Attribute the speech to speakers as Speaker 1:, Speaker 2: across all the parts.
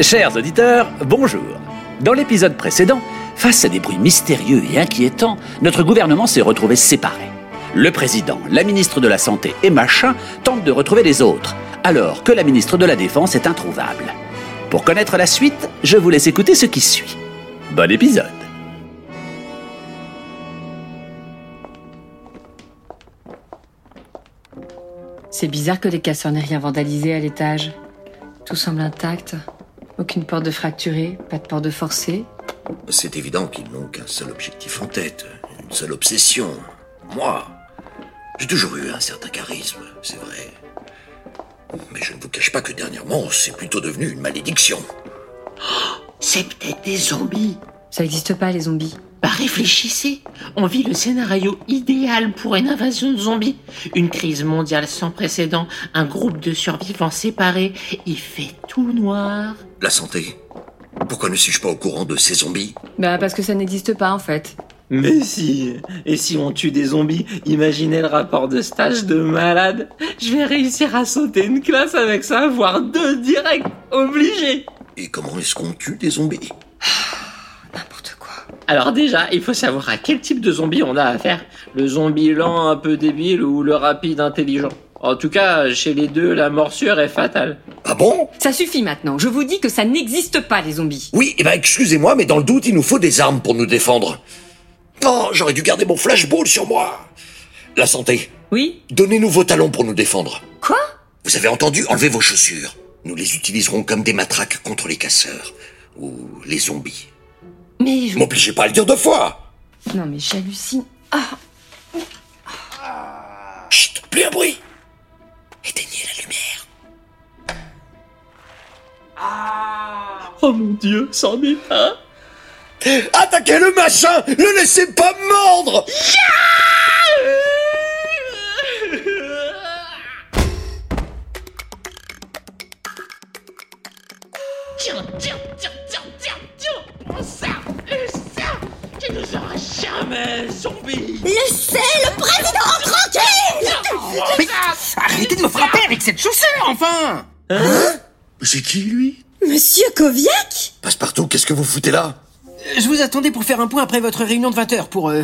Speaker 1: Chers auditeurs, bonjour. Dans l'épisode précédent, face à des bruits mystérieux et inquiétants, notre gouvernement s'est retrouvé séparé. Le président, la ministre de la Santé et machin tentent de retrouver les autres, alors que la ministre de la Défense est introuvable. Pour connaître la suite, je vous laisse écouter ce qui suit. Bon épisode.
Speaker 2: C'est bizarre que les casseurs n'aient rien vandalisé à l'étage. Tout semble intact. Aucune porte de fracturée, pas de porte de forcée.
Speaker 3: C'est évident qu'ils n'ont qu'un seul objectif en tête, une seule obsession. Moi, j'ai toujours eu un certain charisme, c'est vrai. Mais je ne vous cache pas que dernièrement, c'est plutôt devenu une malédiction.
Speaker 4: C'est peut-être des zombies.
Speaker 2: Ça n'existe pas, les zombies.
Speaker 4: Bah réfléchissez, on vit le scénario idéal pour une invasion de zombies. Une crise mondiale sans précédent, un groupe de survivants séparés, il fait tout noir.
Speaker 3: La santé Pourquoi ne suis-je pas au courant de ces zombies
Speaker 2: Bah, parce que ça n'existe pas, en fait.
Speaker 5: Mais si Et si on tue des zombies, imaginez le rapport de stage de malade Je vais réussir à sauter une classe avec ça, voire deux direct, obligé
Speaker 3: Et comment est-ce qu'on tue des zombies
Speaker 2: N'importe quoi.
Speaker 5: Alors déjà, il faut savoir à quel type de zombie on a affaire. Le zombie lent, un peu débile, ou le rapide, intelligent. En tout cas, chez les deux, la morsure est fatale.
Speaker 3: Ah bon
Speaker 2: Ça suffit maintenant. Je vous dis que ça n'existe pas, les zombies.
Speaker 3: Oui, eh ben excusez-moi, mais dans le doute, il nous faut des armes pour nous défendre. Non, j'aurais dû garder mon flashball sur moi La santé,
Speaker 2: Oui
Speaker 3: donnez-nous vos talons pour nous défendre.
Speaker 2: Quoi
Speaker 3: Vous avez entendu Enlevez vos chaussures. Nous les utiliserons comme des matraques contre les casseurs. Ou les zombies.
Speaker 2: Mais je...
Speaker 3: M'obligez pas à le dire deux fois
Speaker 2: Non, mais j'hallucine. Ah
Speaker 3: Chut Plus un bruit Éteignez la lumière.
Speaker 5: Oh mon dieu, c'en est un
Speaker 3: Attaquez le machin Ne laissez pas mordre
Speaker 4: Tiens, tiens, tiens, tiens, tiens, tiens Mon cerf, le cerf euh, Tu nous auras jamais, zombie
Speaker 6: Arrêtez de me frapper avec cette chaussure, enfin
Speaker 3: C'est qui lui
Speaker 7: Monsieur Koviak
Speaker 3: Passepartout, qu'est-ce que vous foutez là
Speaker 6: Je vous attendais pour faire un point après votre réunion de 20h pour, euh,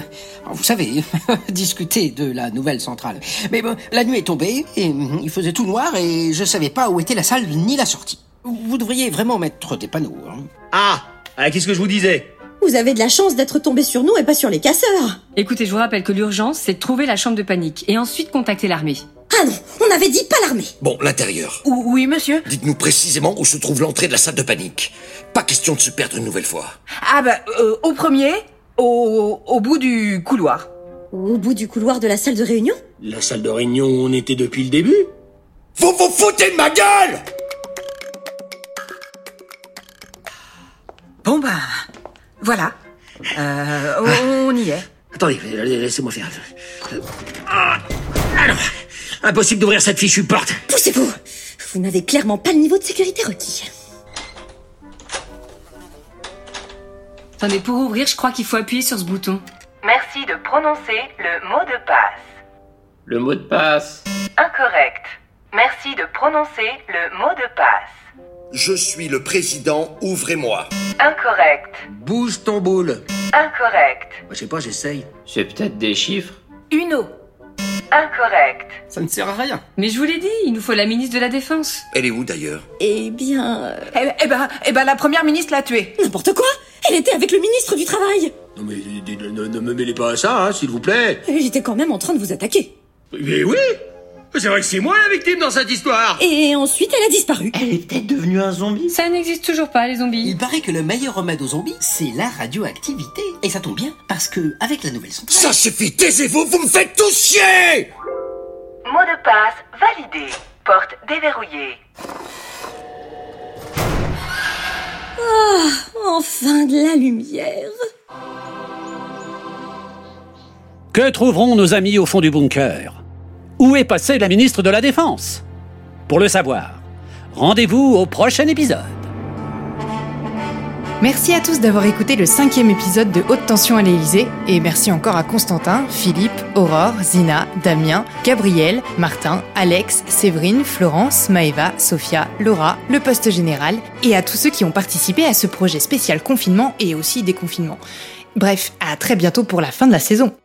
Speaker 6: vous savez, discuter de la nouvelle centrale. Mais bon, la nuit est tombée, et mm, il faisait tout noir, et je savais pas où était la salle ni la sortie. Vous devriez vraiment mettre des panneaux. hein.
Speaker 8: Ah, ah, qu'est-ce que je vous disais
Speaker 7: Vous avez de la chance d'être tombé sur nous et pas sur les casseurs
Speaker 2: Écoutez, je vous rappelle que l'urgence, c'est de trouver la chambre de panique et ensuite contacter l'armée.
Speaker 7: Ah non, on avait dit pas l'armée
Speaker 3: Bon, l'intérieur.
Speaker 9: Oui, monsieur.
Speaker 3: Dites-nous précisément où se trouve l'entrée de la salle de panique. Pas question de se perdre une nouvelle fois.
Speaker 9: Ah bah, euh, au premier, au, au bout du couloir.
Speaker 7: Au bout du couloir de la salle de réunion
Speaker 8: La salle de réunion où on était depuis le début
Speaker 3: Vous vous foutez de ma gueule
Speaker 9: Bon bah, voilà. Euh, on- on y est.
Speaker 8: Attendez, la- la- laissez-moi faire. Ah, alors, impossible d'ouvrir cette fichue porte.
Speaker 7: Poussez-vous Vous n'avez clairement pas le niveau de sécurité requis.
Speaker 2: Attendez, pour ouvrir, je crois qu'il faut appuyer sur ce bouton.
Speaker 10: Merci de prononcer le mot de passe.
Speaker 5: Le mot de passe
Speaker 10: Incorrect. Merci de prononcer le mot de passe.
Speaker 3: Je suis le président, ouvrez-moi.
Speaker 10: Incorrect.
Speaker 8: Bouge ton boule.
Speaker 10: Incorrect.
Speaker 8: Bah, Je sais pas, j'essaye.
Speaker 5: C'est peut-être des chiffres
Speaker 9: Uno.
Speaker 10: Incorrect.
Speaker 6: Ça ne sert à rien.
Speaker 2: Mais je vous l'ai dit, il nous faut la ministre de la Défense.
Speaker 3: Elle est où d'ailleurs
Speaker 7: Eh bien... euh,
Speaker 9: Eh, eh ben, eh ben, la première ministre l'a tué.
Speaker 7: N'importe quoi Elle était avec le ministre du Travail
Speaker 8: Non mais euh, ne, ne- ne me mêlez pas à ça, hein, s'il vous plaît.
Speaker 7: Il était quand même en train de vous attaquer.
Speaker 8: Mais oui C'est vrai que c'est moi la victime dans cette histoire
Speaker 7: Et ensuite, elle a disparu.
Speaker 5: Elle est peut-être devenue un zombie
Speaker 2: Ça n'existe toujours pas, les zombies.
Speaker 6: Il paraît que le meilleur remède aux zombies, c'est la radioactivité. Et ça tombe bien, parce que, avec la nouvelle centrale...
Speaker 3: Ça suffit, taisez-vous, vous me faites tous chier
Speaker 10: Mot de passe validé. Porte déverrouillée.
Speaker 7: Enfin de la lumière
Speaker 1: Que trouveront nos amis au fond du bunker Où est passée la ministre de la Défense Pour le savoir, rendez-vous au prochain épisode.
Speaker 11: Merci à tous d'avoir écouté le cinquième épisode de Haute Tension à l'Élysée, et merci encore à Constantin, Philippe, Aurore, Zina, Damien, Gabriel, Martin, Alex, Séverine, Florence, Maëva, Sophia, Laura, le poste général, et à tous ceux qui ont participé à ce projet spécial confinement et aussi déconfinement. Bref, à très bientôt pour la fin de la saison.